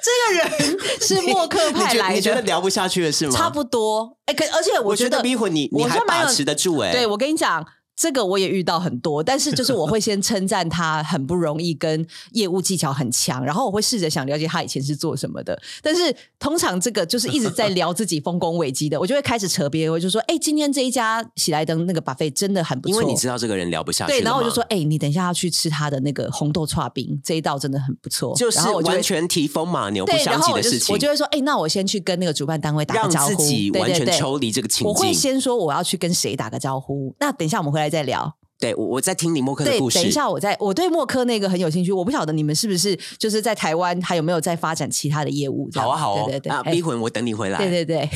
[SPEAKER 1] 这个人是默克
[SPEAKER 2] 你
[SPEAKER 1] 派
[SPEAKER 2] 觉得
[SPEAKER 1] 来
[SPEAKER 2] 你觉得
[SPEAKER 1] 的，
[SPEAKER 2] 聊不下去了是吗？
[SPEAKER 1] 差不多。哎、可而且我
[SPEAKER 2] 我
[SPEAKER 1] 觉
[SPEAKER 2] 觉
[SPEAKER 1] 得
[SPEAKER 2] 得逼婚你你
[SPEAKER 1] 我
[SPEAKER 2] 还
[SPEAKER 1] 觉得蛮有
[SPEAKER 2] 把持得住哎。
[SPEAKER 1] 对，我跟你讲。这个我也遇到很多，但是就是我会先称 赞他很不容易，跟业务技巧很强，然后我会试着想了解他以前是做什么的。但是通常这个就是一直在聊自己丰功伟绩的，我就会开始扯别人，我就说：“哎、今天这一家喜来登那个把费真的很不
[SPEAKER 2] 因
[SPEAKER 1] 错。”
[SPEAKER 2] 为你知道这个人聊不下去了
[SPEAKER 1] 对，
[SPEAKER 2] 嘛，
[SPEAKER 1] 然后我就说：“哎、你等一下要去吃他的那个红豆串冰，这一道真的很不错。”
[SPEAKER 2] 就是
[SPEAKER 1] 然后我就会
[SPEAKER 2] 完全提风马牛不
[SPEAKER 1] 对，然
[SPEAKER 2] 相及
[SPEAKER 1] 后
[SPEAKER 2] 的
[SPEAKER 1] 我就
[SPEAKER 2] 事情
[SPEAKER 1] 我就，会说：“哎、那我先去跟那个主办单位打
[SPEAKER 2] 让
[SPEAKER 1] 个招呼，
[SPEAKER 2] 自己
[SPEAKER 1] 对
[SPEAKER 2] 完
[SPEAKER 1] 对
[SPEAKER 2] 全
[SPEAKER 1] 对
[SPEAKER 2] 抽离这个情
[SPEAKER 1] 我会
[SPEAKER 2] 境。
[SPEAKER 1] 先说我要去跟谁打个招呼，那等一下我们回来再聊。
[SPEAKER 2] 对，我我在听李默克的
[SPEAKER 1] 对
[SPEAKER 2] 故，事
[SPEAKER 1] 等一。下我再我对默科那个很有兴趣，我不晓得你们是不是就是在台湾还有没有在发展其他的业务这样？
[SPEAKER 2] 好啊，好哦
[SPEAKER 1] 对对，对，
[SPEAKER 2] 啊
[SPEAKER 1] 哎
[SPEAKER 2] ，V 魂，我等你回来。
[SPEAKER 1] 对对对，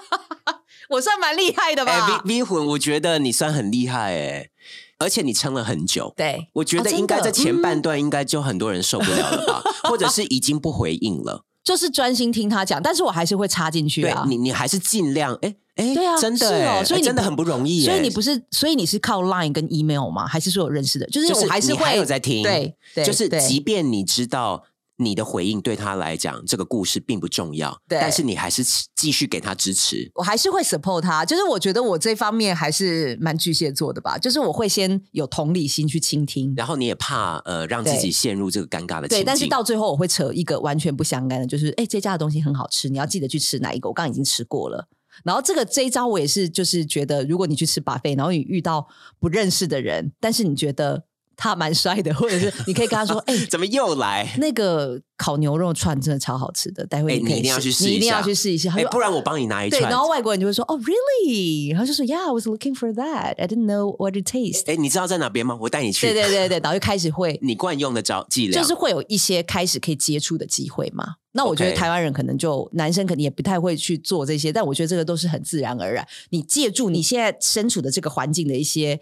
[SPEAKER 1] 我算蛮厉害的
[SPEAKER 2] 哎
[SPEAKER 1] 吧？
[SPEAKER 2] ，V V 魂，我觉得你算很厉害哎，而且你撑了很久。
[SPEAKER 1] 对，
[SPEAKER 2] 我觉
[SPEAKER 1] 啊
[SPEAKER 2] 得
[SPEAKER 1] 真
[SPEAKER 2] 应该
[SPEAKER 1] 的
[SPEAKER 2] 在前
[SPEAKER 1] 嗯
[SPEAKER 2] 半段，应该就很多人受不了了 吧，或者是已经不回应了。
[SPEAKER 1] 就是专心听他讲，但是我还是会插进去
[SPEAKER 2] 对
[SPEAKER 1] 啊。
[SPEAKER 2] 你，你还是尽量哎哎
[SPEAKER 1] 对啊，
[SPEAKER 2] 真的
[SPEAKER 1] 是
[SPEAKER 2] 哎
[SPEAKER 1] 哦，所以
[SPEAKER 2] 哎
[SPEAKER 1] 你
[SPEAKER 2] 真的
[SPEAKER 1] 不
[SPEAKER 2] 很不容易
[SPEAKER 1] 所以
[SPEAKER 2] 哎
[SPEAKER 1] 你不是，所以你是靠 Line 跟 email 吗？还是说有认识的？就是
[SPEAKER 2] 就是
[SPEAKER 1] 我还是
[SPEAKER 2] 你
[SPEAKER 1] 会
[SPEAKER 2] 还有在听，
[SPEAKER 1] 对对
[SPEAKER 2] 就是
[SPEAKER 1] 对
[SPEAKER 2] 即便你知道你的回应对他来讲这个故事并不重要，
[SPEAKER 1] 对
[SPEAKER 2] 但是你还是持继续给他支持。
[SPEAKER 1] 我还是会 support 他，就是我觉得我这方面还是蛮巨蟹座的吧，就是我会先有同理心去倾听，
[SPEAKER 2] 然后你也怕呃让自
[SPEAKER 1] 对
[SPEAKER 2] 己陷入这个尴尬的情
[SPEAKER 1] 对，
[SPEAKER 2] 境，
[SPEAKER 1] 但是到最后我会扯一个完全不相干的，就是哎、诶这家的东西很好吃，你要记得去吃哪一个，我刚刚已经吃过了。然后这个这一招我也是，就是觉得如果你去吃 buffet，然后你遇到不认识的人，但是你觉得他蛮帅的，或者是你可以跟他说， 哎、
[SPEAKER 2] 怎么又来？
[SPEAKER 1] 那个烤牛肉串真的超好吃的，待会
[SPEAKER 2] 哎
[SPEAKER 1] 你可以、
[SPEAKER 2] 你一定要去试
[SPEAKER 1] 你
[SPEAKER 2] 一
[SPEAKER 1] 一定
[SPEAKER 2] 下
[SPEAKER 1] 要去试一 下。他
[SPEAKER 2] 哎、
[SPEAKER 1] 说啊
[SPEAKER 2] 不然我帮你拿一
[SPEAKER 1] 对，
[SPEAKER 2] 串
[SPEAKER 1] 然。后外国人就会说，哦，really，然后就说，yeah，I was looking for that, I didn't know what it tastes。
[SPEAKER 2] 哎，你知道在哪边吗？我带你去。
[SPEAKER 1] 对对对对，然后就开始会，
[SPEAKER 2] 你惯用的招伎俩，
[SPEAKER 1] 就是会有一些开始可以接触的机会嘛。那我觉得
[SPEAKER 2] OK
[SPEAKER 1] 台湾人可能就男生可能也不太会去做这些，但我觉得这个都是很自然而然。你借助
[SPEAKER 2] 嗯
[SPEAKER 1] 你现在身处的这个环境的一些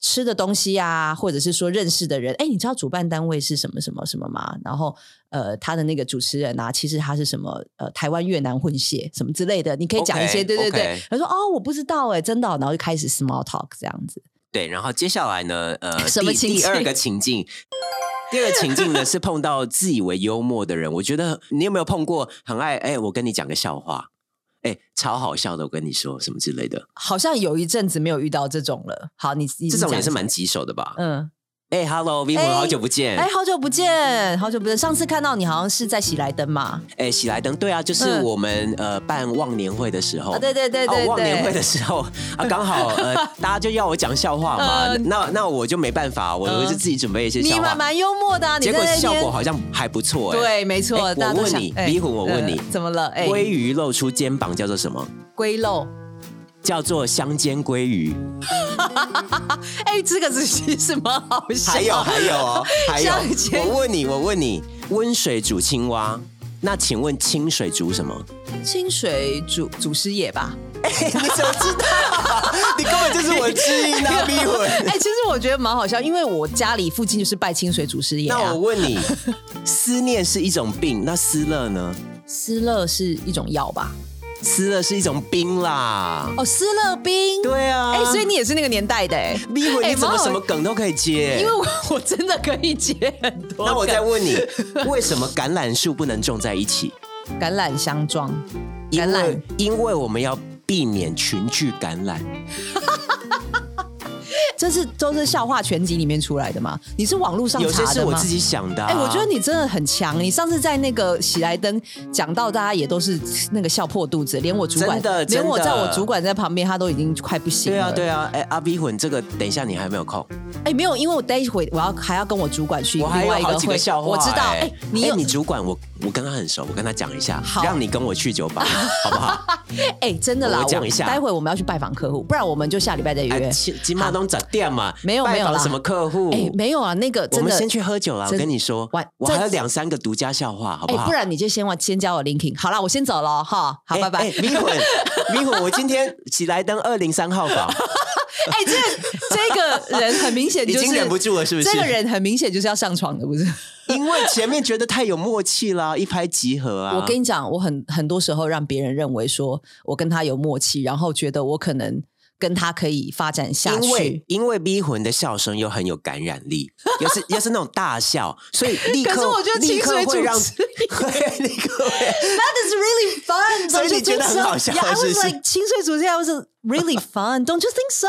[SPEAKER 1] 吃的东西啊，或者是说认识的人，哎，你知道主办单位是什么什么什么吗？然后呃，他的那个主持人啊，其实他是什么呃台湾越南混血什么之类的，你可以讲一些
[SPEAKER 2] OK，
[SPEAKER 1] 对对对
[SPEAKER 2] OK。
[SPEAKER 1] 他说哦，我不知道哎、真的哦、然后就开始 small talk 这样子。
[SPEAKER 2] 对。然后接下来呢，呃，
[SPEAKER 1] 什么
[SPEAKER 2] 第
[SPEAKER 1] 情
[SPEAKER 2] 第
[SPEAKER 1] 境
[SPEAKER 2] 二个情境，第二个情境呢是碰到自以为幽默的人。我觉得你有没有碰过很爱？哎，我跟你讲个笑话，哎，超好笑的，我跟你说什么之类的，
[SPEAKER 1] 好像有一阵子没有遇到这种了。好，你你
[SPEAKER 2] 这种也
[SPEAKER 1] 讲
[SPEAKER 2] 是
[SPEAKER 1] 一下
[SPEAKER 2] 蛮棘手的吧？
[SPEAKER 1] 嗯。
[SPEAKER 2] 哎，Hello Vivo，
[SPEAKER 1] 哎
[SPEAKER 2] 好久不见。
[SPEAKER 1] 哎，好久不见，好久不见。上次看到你好像是在喜来登嘛？
[SPEAKER 2] 哎，喜来登，对啊，就是
[SPEAKER 1] 嗯
[SPEAKER 2] 我们呃办忘年会的时候
[SPEAKER 1] 啊，，对对对对
[SPEAKER 2] 哦，忘年会
[SPEAKER 1] 对。
[SPEAKER 2] 的时候啊，刚好呃， 大家就要我讲笑话嘛，
[SPEAKER 1] 嗯
[SPEAKER 2] 那那我就没办法，我
[SPEAKER 1] 嗯
[SPEAKER 2] 我就自己准备一些
[SPEAKER 1] 你
[SPEAKER 2] 笑话
[SPEAKER 1] 蛮。蛮幽默的啊，你
[SPEAKER 2] 结
[SPEAKER 1] 在
[SPEAKER 2] 果
[SPEAKER 1] 那
[SPEAKER 2] 效
[SPEAKER 1] 边
[SPEAKER 2] 果好像还不错哎、
[SPEAKER 1] 对，没错。
[SPEAKER 2] 哎
[SPEAKER 1] 大家
[SPEAKER 2] 我
[SPEAKER 1] 都
[SPEAKER 2] 问
[SPEAKER 1] 想
[SPEAKER 2] 你
[SPEAKER 1] 哎
[SPEAKER 2] 迷糊我问
[SPEAKER 1] 呃
[SPEAKER 2] 你
[SPEAKER 1] 怎么了？哎，
[SPEAKER 2] 鲑鱼露出肩膀叫做什么？
[SPEAKER 1] 龟肉，
[SPEAKER 2] 叫做香煎鲑鱼。
[SPEAKER 1] 哎，这个是其实蛮好笑。
[SPEAKER 2] 还有还有哦，还有
[SPEAKER 1] 香煎。
[SPEAKER 2] 我问你，我问你，温水煮青蛙，那请问清水煮什么？
[SPEAKER 1] 清水祖祖师爷吧？
[SPEAKER 2] 哎、你怎么知道？你根本就是我知音啊，逼魂。
[SPEAKER 1] 哎，其实我觉得蛮好笑，因为我家里附近就是拜清水祖师爷
[SPEAKER 2] 那
[SPEAKER 1] 啊
[SPEAKER 2] 我。问你，思念是一种病，那思乐呢？
[SPEAKER 1] 思乐是一种药吧？
[SPEAKER 2] 思乐是一种冰啦。
[SPEAKER 1] 哦，斯乐冰，
[SPEAKER 2] 对啊，
[SPEAKER 1] 哎、所以你也是那个年代的哎、
[SPEAKER 2] 逼我
[SPEAKER 1] 哎
[SPEAKER 2] 你怎么
[SPEAKER 1] 蛮好
[SPEAKER 2] 什么梗都可以接？
[SPEAKER 1] 因为我 我真的可以接很多梗。
[SPEAKER 2] 那我再问你，为什么橄榄树不能种在一起？
[SPEAKER 1] 橄榄相撞，
[SPEAKER 2] 因
[SPEAKER 1] 橄榄
[SPEAKER 2] 为因为我们要避免群聚感染。
[SPEAKER 1] 这是都是笑话全集里面出来的吗？你是网络上
[SPEAKER 2] 有些
[SPEAKER 1] 查
[SPEAKER 2] 是
[SPEAKER 1] 的
[SPEAKER 2] 我
[SPEAKER 1] 吗
[SPEAKER 2] 自？己想的、啊。
[SPEAKER 1] 哎、我觉得你真的很强。你上次在那个喜来登讲到，大家也都是那个笑破肚子，连我主管，
[SPEAKER 2] 真的真的
[SPEAKER 1] 连我在我主管在旁边，他都已经快不行
[SPEAKER 2] 对啊
[SPEAKER 1] 了。
[SPEAKER 2] 对
[SPEAKER 1] 啊，
[SPEAKER 2] 啊，哎、阿 B 混这个，等一下你还没有空，
[SPEAKER 1] 哎、没有，因为我待会我要还要跟我主管去
[SPEAKER 2] 我
[SPEAKER 1] 另
[SPEAKER 2] 还有
[SPEAKER 1] 外一
[SPEAKER 2] 好
[SPEAKER 1] 个
[SPEAKER 2] 几
[SPEAKER 1] 会，
[SPEAKER 2] 个笑话、
[SPEAKER 1] 我知道。哎、你
[SPEAKER 2] 哎
[SPEAKER 1] 有
[SPEAKER 2] 你主管我我跟他很熟，我跟他讲一下，
[SPEAKER 1] 好
[SPEAKER 2] 让你跟我去酒吧， 好啊不好？
[SPEAKER 1] 哎、真的啦，
[SPEAKER 2] 我讲一下
[SPEAKER 1] 待会我们要去拜访客户，不然我们就下礼拜再约。
[SPEAKER 2] 哎，金金马东找店嘛，
[SPEAKER 1] 没有没有
[SPEAKER 2] 拜访
[SPEAKER 1] 啦
[SPEAKER 2] 什么客户？
[SPEAKER 1] 哎、没有啊，那个
[SPEAKER 2] 我
[SPEAKER 1] 真
[SPEAKER 2] 们
[SPEAKER 1] 的
[SPEAKER 2] 先去喝酒啦。我
[SPEAKER 1] 真
[SPEAKER 2] 跟你说
[SPEAKER 1] 完，
[SPEAKER 2] 我还
[SPEAKER 1] 这
[SPEAKER 2] 有两三个独家笑话，好
[SPEAKER 1] 哎、
[SPEAKER 2] 不好？
[SPEAKER 1] 不然你就先往先加我 linking。好啦，我先走了哦哈，好，
[SPEAKER 2] 哎
[SPEAKER 1] 拜拜。
[SPEAKER 2] 哎 米混，米混，我今天喜来登二零三 号房
[SPEAKER 1] 哎、这个这个人很明显
[SPEAKER 2] 已
[SPEAKER 1] 就是
[SPEAKER 2] 经忍不住了，是不是？
[SPEAKER 1] 这个人很明显就是要上床的，不是？
[SPEAKER 2] 因为前面觉得太有默契啦，一拍即合啊。
[SPEAKER 1] 我跟你讲，我很很多时候让别人认为说我跟他有默契，然后觉得我可能跟他可以发展下
[SPEAKER 2] 因为
[SPEAKER 1] 去。
[SPEAKER 2] 因为逼魂的笑声又很有感染力，又是又是那种大笑，所以立 刻
[SPEAKER 1] 可是我觉得
[SPEAKER 2] 立
[SPEAKER 1] 清
[SPEAKER 2] 刻
[SPEAKER 1] 水
[SPEAKER 2] 会让
[SPEAKER 1] 主持
[SPEAKER 2] 对立刻会
[SPEAKER 1] That is really fun.
[SPEAKER 2] 所以
[SPEAKER 1] don't you
[SPEAKER 2] 你觉得
[SPEAKER 1] think
[SPEAKER 2] 很好
[SPEAKER 1] so?
[SPEAKER 2] 笑
[SPEAKER 1] Yeah, I
[SPEAKER 2] 是不
[SPEAKER 1] was
[SPEAKER 2] 是
[SPEAKER 1] like 清水主持人，I was really fun. Don't you think so?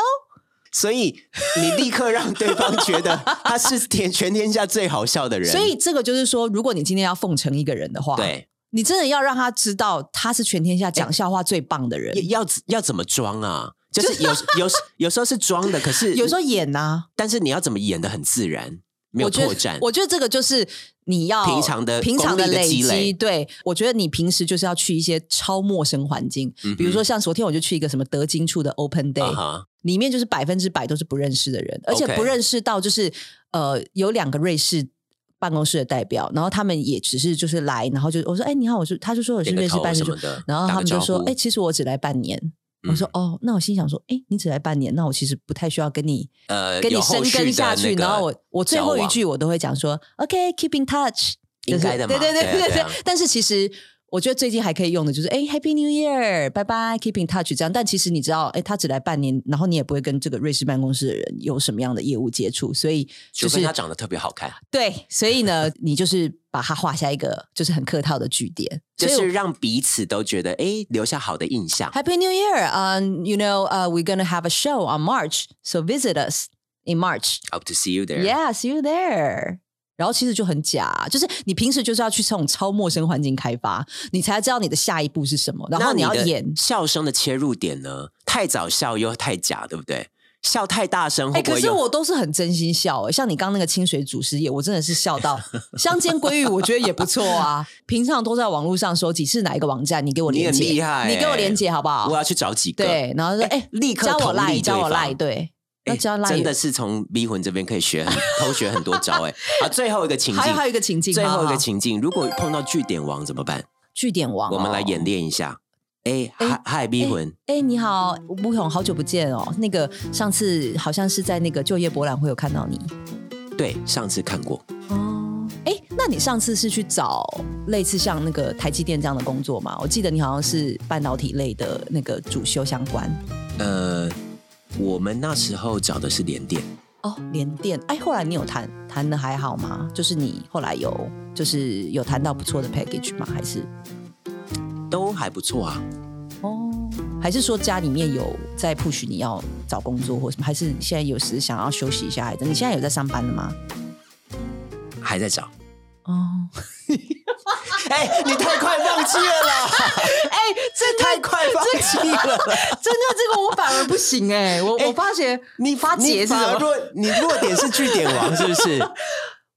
[SPEAKER 2] 所以你立刻让对方觉得他是天全天下最好笑的人，
[SPEAKER 1] 所以这个就是说，如果你今天要奉承一个人的话，，
[SPEAKER 2] 对
[SPEAKER 1] 你真的要让他知道他是全天下讲笑话最棒的人。
[SPEAKER 2] 要要要怎么装啊？就是有有有时候是装的，可是
[SPEAKER 1] 有时候演啊呐、
[SPEAKER 2] 但是你要怎么演的很自然，没有
[SPEAKER 1] 我觉得
[SPEAKER 2] 破绽。啊
[SPEAKER 1] 我觉得这个就是你要
[SPEAKER 2] 平常的
[SPEAKER 1] 平常的
[SPEAKER 2] 功力的
[SPEAKER 1] 累
[SPEAKER 2] 积累
[SPEAKER 1] 对，我觉得你平时就是要去一些超陌生环境，
[SPEAKER 2] 嗯哼
[SPEAKER 1] 比如说像昨天我就去一个什么德金处的 open day，、
[SPEAKER 2] 啊哈
[SPEAKER 1] 里面就是百分之百都是不认识的人，而且
[SPEAKER 2] OK
[SPEAKER 1] 不认识到就是呃有两个瑞士。办公室的代表，然后他们也只是就是来，然后就我说哎、你好，我是他就说我是
[SPEAKER 2] 点个
[SPEAKER 1] 瑞士
[SPEAKER 2] 头
[SPEAKER 1] 办事
[SPEAKER 2] 什
[SPEAKER 1] 处
[SPEAKER 2] 么，的，
[SPEAKER 1] 然后
[SPEAKER 2] 打
[SPEAKER 1] 他
[SPEAKER 2] 个
[SPEAKER 1] 们就
[SPEAKER 2] 招
[SPEAKER 1] 说
[SPEAKER 2] 呼嗯
[SPEAKER 1] 哎、其实我只来半年，我说哦，那我心想说，哎，你只来半年，那我其实不太需要跟你
[SPEAKER 2] 呃
[SPEAKER 1] 跟你
[SPEAKER 2] 有后
[SPEAKER 1] 深
[SPEAKER 2] 续
[SPEAKER 1] 耕
[SPEAKER 2] 的
[SPEAKER 1] 下去。
[SPEAKER 2] 那个
[SPEAKER 1] 然后我我最后
[SPEAKER 2] 交
[SPEAKER 1] 一
[SPEAKER 2] 往
[SPEAKER 1] 句我都会讲说，OK，keep in touch，就
[SPEAKER 2] 应该
[SPEAKER 1] 是
[SPEAKER 2] 的嘛
[SPEAKER 1] 对对
[SPEAKER 2] 对啊
[SPEAKER 1] 对
[SPEAKER 2] 对啊
[SPEAKER 1] 但是其实我觉得最近还可以用的就是，哎，Happy New Year，拜拜，keep in touch 这样。但其实你知道，哎，他只来半年，然后你也不会跟这个瑞士办公室的人有什么样的业务接触，所以
[SPEAKER 2] 除
[SPEAKER 1] 就
[SPEAKER 2] 非
[SPEAKER 1] 是
[SPEAKER 2] 他长得特别好看，
[SPEAKER 1] 对，所以呢，你就是把它画下一个就是很客套的句点，
[SPEAKER 2] 就
[SPEAKER 1] 所以我
[SPEAKER 2] 是让彼此都觉得哎、诶留下好的印象。
[SPEAKER 1] Happy New Year! Um, you know, uh, we're gonna have a show on March, so visit us in March.
[SPEAKER 2] Hope to see you there.
[SPEAKER 1] Yeah, see you there. 然后其实就很假，就是你平时就是要去这种超陌生环境开发，你才知道你的下一步是什么，然后
[SPEAKER 2] 那
[SPEAKER 1] 你
[SPEAKER 2] 你
[SPEAKER 1] 要
[SPEAKER 2] 的
[SPEAKER 1] 演。
[SPEAKER 2] 笑声的切入点呢，太早笑又太假，对不对？笑太大声
[SPEAKER 1] 哎、
[SPEAKER 2] 会不
[SPEAKER 1] 可
[SPEAKER 2] 会
[SPEAKER 1] 是
[SPEAKER 2] 有？
[SPEAKER 1] 我都是很真心笑、欸，像你刚那个清水祖师爷，我真的是笑 到相见归于，我觉得也不错啊。平常都在网络上收集是哪一个网站，你给我
[SPEAKER 2] 你
[SPEAKER 1] 连
[SPEAKER 2] 很
[SPEAKER 1] 接，
[SPEAKER 2] 厉害
[SPEAKER 1] 你给我
[SPEAKER 2] 欸
[SPEAKER 1] 连接好不好？
[SPEAKER 2] 我要去找几个。欸
[SPEAKER 1] 对，然后说哎、
[SPEAKER 2] 立刻
[SPEAKER 1] 加我
[SPEAKER 2] 同理
[SPEAKER 1] 赖，加
[SPEAKER 2] 对
[SPEAKER 1] 我
[SPEAKER 2] 方
[SPEAKER 1] 赖，对，
[SPEAKER 2] 哎，
[SPEAKER 1] 要加赖
[SPEAKER 2] 真的是从逼魂这边可以学很偷学很多招哎、好，最后一个情
[SPEAKER 1] 还有还有
[SPEAKER 2] 境，
[SPEAKER 1] 一个情境，
[SPEAKER 2] 最后一
[SPEAKER 1] 好
[SPEAKER 2] 个
[SPEAKER 1] 好
[SPEAKER 2] 情境，如果碰到据点王怎么办？
[SPEAKER 1] 据点王哦，
[SPEAKER 2] 我们来演练一下。哎，嗨嗨，逼魂，
[SPEAKER 1] 哎、你好，吴勇，好久不见哦。那个上次好像是在那个就业博览会有看到你
[SPEAKER 2] 对，上次看过，
[SPEAKER 1] 哦。哎、那你上次是去找类似像那个台积电这样的工作吗？我记得你好像是半导体类的那个主修相关
[SPEAKER 2] 呃，我们那时候找的是联电。
[SPEAKER 1] 哦，联电。哎、后来你有谈谈的还好吗？就是你后来有就是有谈到不错的 package 吗？还是
[SPEAKER 2] 都还不错啊。
[SPEAKER 1] 哦，还是说家里面有在 push 你要找工作或什么？还是你现在有时想要休息一下？还是你现在有在上班的吗？
[SPEAKER 2] 还在找。
[SPEAKER 1] 哦，
[SPEAKER 2] 哎、你太快放弃了啦！
[SPEAKER 1] 哎、真的
[SPEAKER 2] 太快放弃了。
[SPEAKER 1] 真的这个我反而不行哎、我、
[SPEAKER 2] 哎
[SPEAKER 1] 我发觉
[SPEAKER 2] 你
[SPEAKER 1] 发
[SPEAKER 2] 你
[SPEAKER 1] 结是
[SPEAKER 2] 反
[SPEAKER 1] 什
[SPEAKER 2] 而
[SPEAKER 1] 么？
[SPEAKER 2] 弱，你弱点是据点王，是不 是？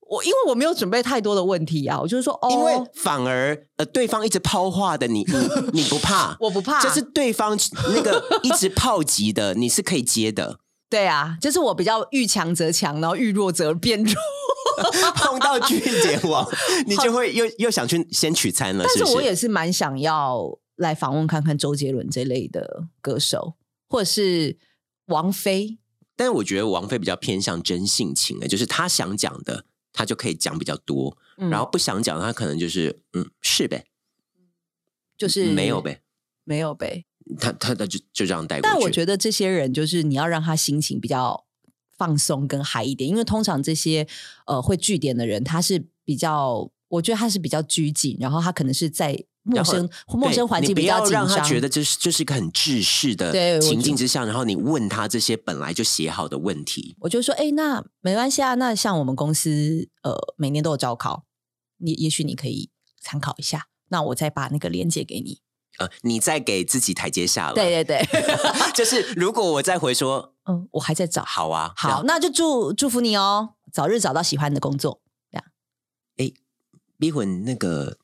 [SPEAKER 1] 我因为我没有准备太多的问题啊，我就是说哦，，
[SPEAKER 2] 因为反而呃，对方一直抛话的你，你你不怕
[SPEAKER 1] 我不怕，
[SPEAKER 2] 就是对方那个一直炮击的，你是可以接的。
[SPEAKER 1] 对啊，就是我比较遇强则强，然后遇弱则变 弱。
[SPEAKER 2] 碰到据点王，你就会又又想去先取餐了，
[SPEAKER 1] 但
[SPEAKER 2] 是
[SPEAKER 1] 是
[SPEAKER 2] 不
[SPEAKER 1] 我
[SPEAKER 2] 是？
[SPEAKER 1] 也是蛮想要来访问看看周杰伦这类的歌手，或者是王菲。
[SPEAKER 2] 但是我觉得王菲比较偏向真性情的，就是她想讲的，她就可以讲比较多，
[SPEAKER 1] 嗯
[SPEAKER 2] 然后不想讲，她可能就是嗯是呗，
[SPEAKER 1] 就是
[SPEAKER 2] 没有呗。
[SPEAKER 1] 没有呗。
[SPEAKER 2] 他他他就就这样带过去。
[SPEAKER 1] 但我觉得这些人就是你要让他心情比较放松跟嗨一点，因为通常这些呃会据点的人，他是比较，我觉得他是比较拘谨，然后他可能是在陌生
[SPEAKER 2] 对
[SPEAKER 1] 陌生环境
[SPEAKER 2] 你
[SPEAKER 1] 比
[SPEAKER 2] 不
[SPEAKER 1] 较
[SPEAKER 2] 要
[SPEAKER 1] 紧
[SPEAKER 2] 让他
[SPEAKER 1] 张，
[SPEAKER 2] 觉得这是这是一个很制式
[SPEAKER 1] 对我
[SPEAKER 2] 的
[SPEAKER 1] 觉
[SPEAKER 2] 情
[SPEAKER 1] 得
[SPEAKER 2] 境之下，然后你问他这些本来就写好的问题，
[SPEAKER 1] 我就说，哎、那没关系啊。那像我们公司，呃，每年都有招考，你也许你可以参考一下。那我再把那个链接给你。
[SPEAKER 2] 呃，你再给自己台阶下了。
[SPEAKER 1] 对对对，
[SPEAKER 2] 就是如果我再回说
[SPEAKER 1] 嗯，我还在找。
[SPEAKER 2] 好啊，这
[SPEAKER 1] 好，
[SPEAKER 2] 样，
[SPEAKER 1] 那就祝祝福你哦，早日找到喜欢的工作。
[SPEAKER 2] 逼魂那个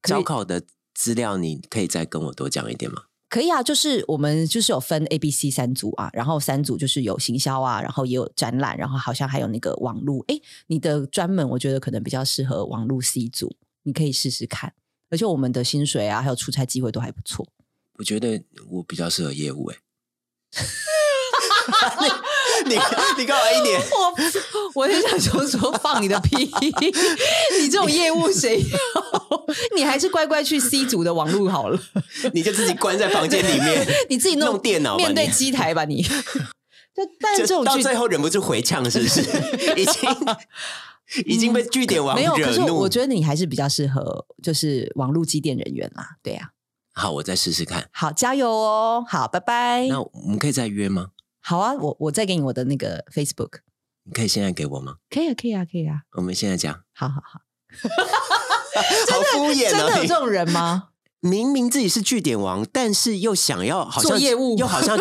[SPEAKER 1] 可以
[SPEAKER 2] 招考的资料，你可以再跟我多讲一点吗？
[SPEAKER 1] 可以啊，就是我们就是有分 A、B、C 三组啊，然后三组就是有行销啊，然后也有展览，然后好像还有那个网路。哎，你的专门我觉得可能比较适合网路 C 组，你可以试试看。而且我们的薪水啊，还有出差机会都还不错。
[SPEAKER 2] 我觉得我比较适合业务、欸， 你你你干嘛一脸？
[SPEAKER 1] 我 我很想说说放你的屁， 你这种业务谁要？ 你还是乖乖去 C 组的网路好了，
[SPEAKER 2] 你就自己关在房间里面，
[SPEAKER 1] 你自己弄
[SPEAKER 2] 弄电脑吧
[SPEAKER 1] 面对
[SPEAKER 2] 你
[SPEAKER 1] 机台吧你。 就但是
[SPEAKER 2] 就
[SPEAKER 1] 这种
[SPEAKER 2] 到
[SPEAKER 1] 剧嗯
[SPEAKER 2] 最后忍不住回呛，是 不是？已经已经被据点王
[SPEAKER 1] 没有，可
[SPEAKER 2] 惹
[SPEAKER 1] 是我
[SPEAKER 2] 怒。
[SPEAKER 1] 觉得你还是比较适合就是网路机电人员啦，对呀、
[SPEAKER 2] 好，我再试试看。
[SPEAKER 1] 好，加油哦！好，拜拜。
[SPEAKER 2] 那我们可以再约吗？
[SPEAKER 1] 好啊，我我再给你我的那个 Facebook，
[SPEAKER 2] 你可以现在给我吗？
[SPEAKER 1] 可以啊，可以啊，可以啊。
[SPEAKER 2] 我们现在讲，
[SPEAKER 1] 好好好，
[SPEAKER 2] 好敷 衍
[SPEAKER 1] 真的有这
[SPEAKER 2] 啊！
[SPEAKER 1] 种人 吗？
[SPEAKER 2] 你明明自己是据点王，但是又想要好像
[SPEAKER 1] 做业务
[SPEAKER 2] 又 好像，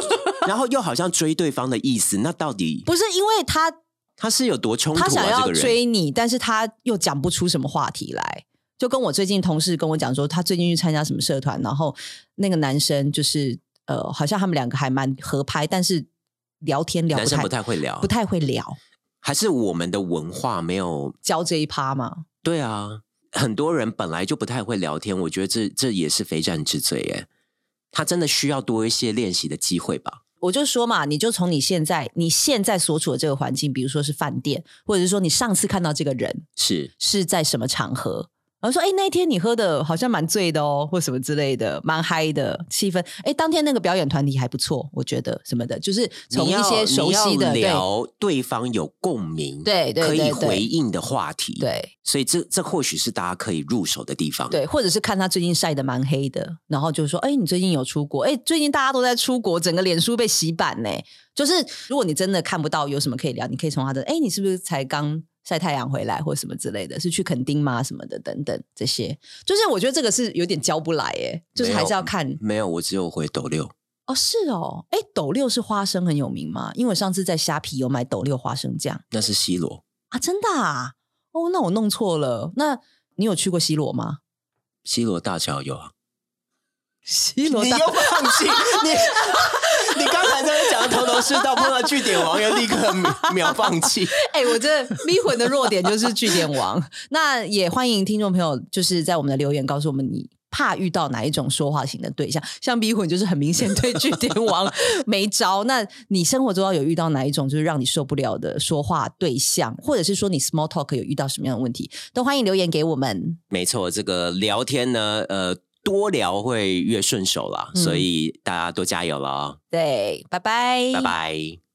[SPEAKER 2] 然后又好像追对方的意思，那到底
[SPEAKER 1] 不是，因为他
[SPEAKER 2] 他是有多冲突
[SPEAKER 1] 他
[SPEAKER 2] 啊？
[SPEAKER 1] 想
[SPEAKER 2] 这
[SPEAKER 1] 要
[SPEAKER 2] 个人
[SPEAKER 1] 追你，但是他又讲不出什么话题来。就跟我最近同事跟我讲说，他最近去参加什么社团，然后那个男生就是呃，好像他们两个还蛮合拍，但是聊天聊
[SPEAKER 2] 男
[SPEAKER 1] 不
[SPEAKER 2] 生
[SPEAKER 1] 太
[SPEAKER 2] 不太会聊
[SPEAKER 1] 不，太会聊，
[SPEAKER 2] 还是我们的文化没有
[SPEAKER 1] 教这一趴嘛。
[SPEAKER 2] 对啊，很多人本来就不太会聊天，我觉得这这也是非战之罪耶。他真的需要多一些练习的机会吧？
[SPEAKER 1] 我就说嘛，你就从你现在你现在所处的这个环境，比如说是饭店，或者是说你上次看到这个人
[SPEAKER 2] 是，
[SPEAKER 1] 是在什么场合，然后说哎那一天你喝的好像蛮醉的哦，或什么之类的，蛮嗨的气氛。哎，当天那个表演团体还不错，我觉得什么的，就是从
[SPEAKER 2] 你
[SPEAKER 1] 一
[SPEAKER 2] 要
[SPEAKER 1] 些熟悉的
[SPEAKER 2] 你
[SPEAKER 1] 对
[SPEAKER 2] 要聊对方有共鸣，
[SPEAKER 1] 对对
[SPEAKER 2] 可以
[SPEAKER 1] 对
[SPEAKER 2] 回应的话题，，
[SPEAKER 1] 对
[SPEAKER 2] 所以这这或许是大家可以入手的地方。
[SPEAKER 1] 对，或者是看他最近晒的蛮黑的，然后就说哎你最近有出国？哎最近大家都在出国，整个脸书被洗版呢。就是如果你真的看不到有什么可以聊，你可以从他的哎，诶你是不是才刚晒太阳回来或什么之类的，是去垦丁吗什么的等等这些，就是我觉得这个是有点教不来哎，就是还是要看
[SPEAKER 2] 没有，我只有回斗六，
[SPEAKER 1] 哦是哦，哎斗六是花生很有名吗？因为我上次在虾皮有买斗六花生酱
[SPEAKER 2] 那是 C 罗，
[SPEAKER 1] 啊，真的啊，哦那我弄错了，那你有去过西罗吗？
[SPEAKER 2] 西罗大桥有啊。
[SPEAKER 1] 西
[SPEAKER 2] 你又放弃 你，你刚才在那讲的头头是道，碰到据点王又立刻秒秒放弃。
[SPEAKER 1] 哎、我这迷魂的弱点就是据点王。那也欢迎听众朋友，就是在我们的留言告诉我们你。怕遇到哪一种说话型的对象，像逼魂就是很明显对据点王没招。那你生活中要有遇到哪一种就是让你受不了的说话对象，或者是说你 small talk 有遇到什么样的问题，都欢迎留言给我们。
[SPEAKER 2] 没错，这个聊天呢，呃，多聊会越顺手啦，
[SPEAKER 1] 嗯
[SPEAKER 2] 所以大家多加油了哦，
[SPEAKER 1] 对，拜拜，
[SPEAKER 2] 拜拜。